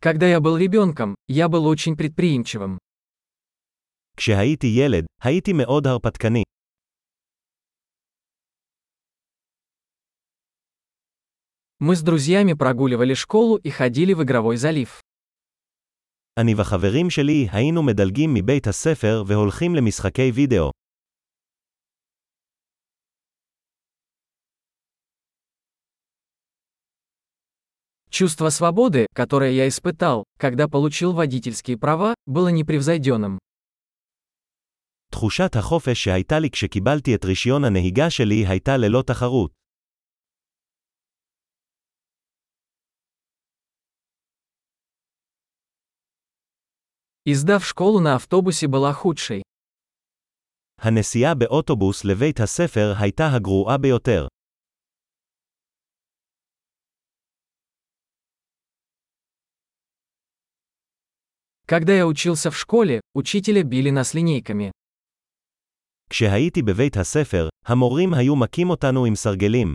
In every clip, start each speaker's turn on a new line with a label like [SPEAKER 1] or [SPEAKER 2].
[SPEAKER 1] Когда я был ребенком, я был очень предприимчивым.
[SPEAKER 2] כשהייתי ילד, הייתי מאוד הרפתקני.
[SPEAKER 1] Мы с друзьями прогуливали школу и ходили в игровой залив.
[SPEAKER 2] אני וחברים שלי היינו מדלגים מבית הספר והולכים למשחקי וידאו.
[SPEAKER 1] Чувство свободы, которое я испытал, когда получил водительские права, было непревзойденным.
[SPEAKER 2] תחושת החופש שהייתה לי כשקיבלתי את רישיון הנהיגה שלי הייתה ללא תחרות.
[SPEAKER 1] Издав школу на автобусе была худшей.
[SPEAKER 2] הנסיעה באוטובוס לבית הספר הייתה הגרועה ביותר.
[SPEAKER 1] Когда я учился в школе, учителя били нас линейками.
[SPEAKER 2] כשהייתי בבית הספר, המורים היו מכים אותנו עם סרגלים.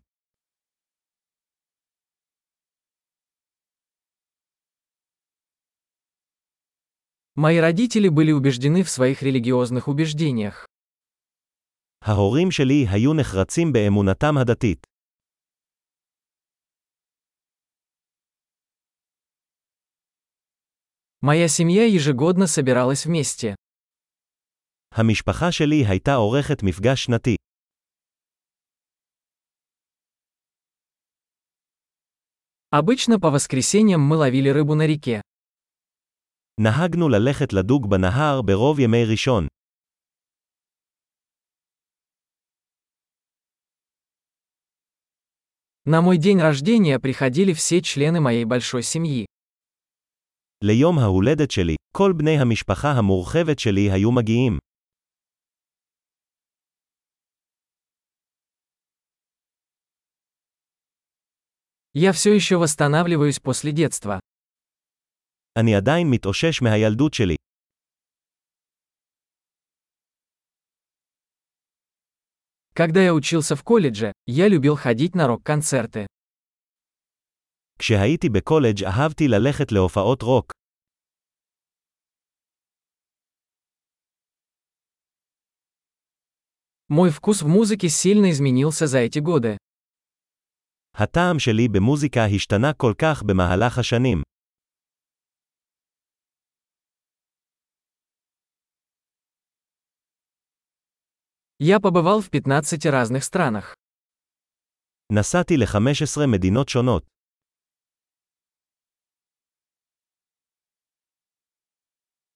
[SPEAKER 1] Мои родители были убеждены в своих религиозных убеждениях.
[SPEAKER 2] ההורים שלי היו נחרצים באמונתם הדתית.
[SPEAKER 1] Моя семья ежегодно собиралась вместе.
[SPEAKER 2] המשפחה שלי הייתה עורכת מפגש שנתי.
[SPEAKER 1] Обычно по воскресеньям мы ловили рыбу на реке.
[SPEAKER 2] נהגנו ללכת לדוג בנהר ברוב ימי ראשון.
[SPEAKER 1] На мой день рождения приходили все члены моей большой семьи.
[SPEAKER 2] ליום ההולדת שלי, כל בני המשפחה המורחבת שלי היו מגיעים.
[SPEAKER 1] Я все еще восстанавливаюсь после детства.
[SPEAKER 2] אני עדיין מתאושש מהילדות שלי.
[SPEAKER 1] Когда я учился в колледже, я любил ходить на рок-концерты.
[SPEAKER 2] כשהייתי בקולג' אהבתי ללכת להופעות רוק.
[SPEAKER 1] Мой вкус в музыке сильно изменился за эти годы.
[SPEAKER 2] הטעם שלי במוזיקה השתנה כל כך במהלך השנים.
[SPEAKER 1] Я побывал в 15 разных странах.
[SPEAKER 2] נסעתי ל-15 מדינות שונות.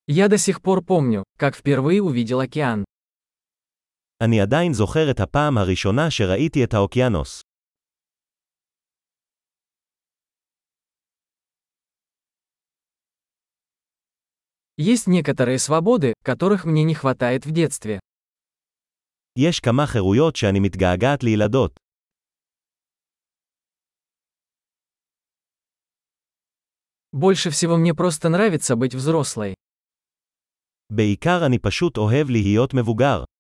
[SPEAKER 1] Я до сих пор помню, как впервые увидел океан.
[SPEAKER 2] אני עדיין זוכר את הפעם הראשונה שראיתי את האוקיינוס.
[SPEAKER 1] Есть некоторые свободы, которых мне не хватает в детстве.
[SPEAKER 2] יש כמה חירויות שאני מתגעגעת לילדות.
[SPEAKER 1] Больше всего мне просто нравится быть взрослой.
[SPEAKER 2] בעיקר אני פשוט אוהב להיות מבוגר.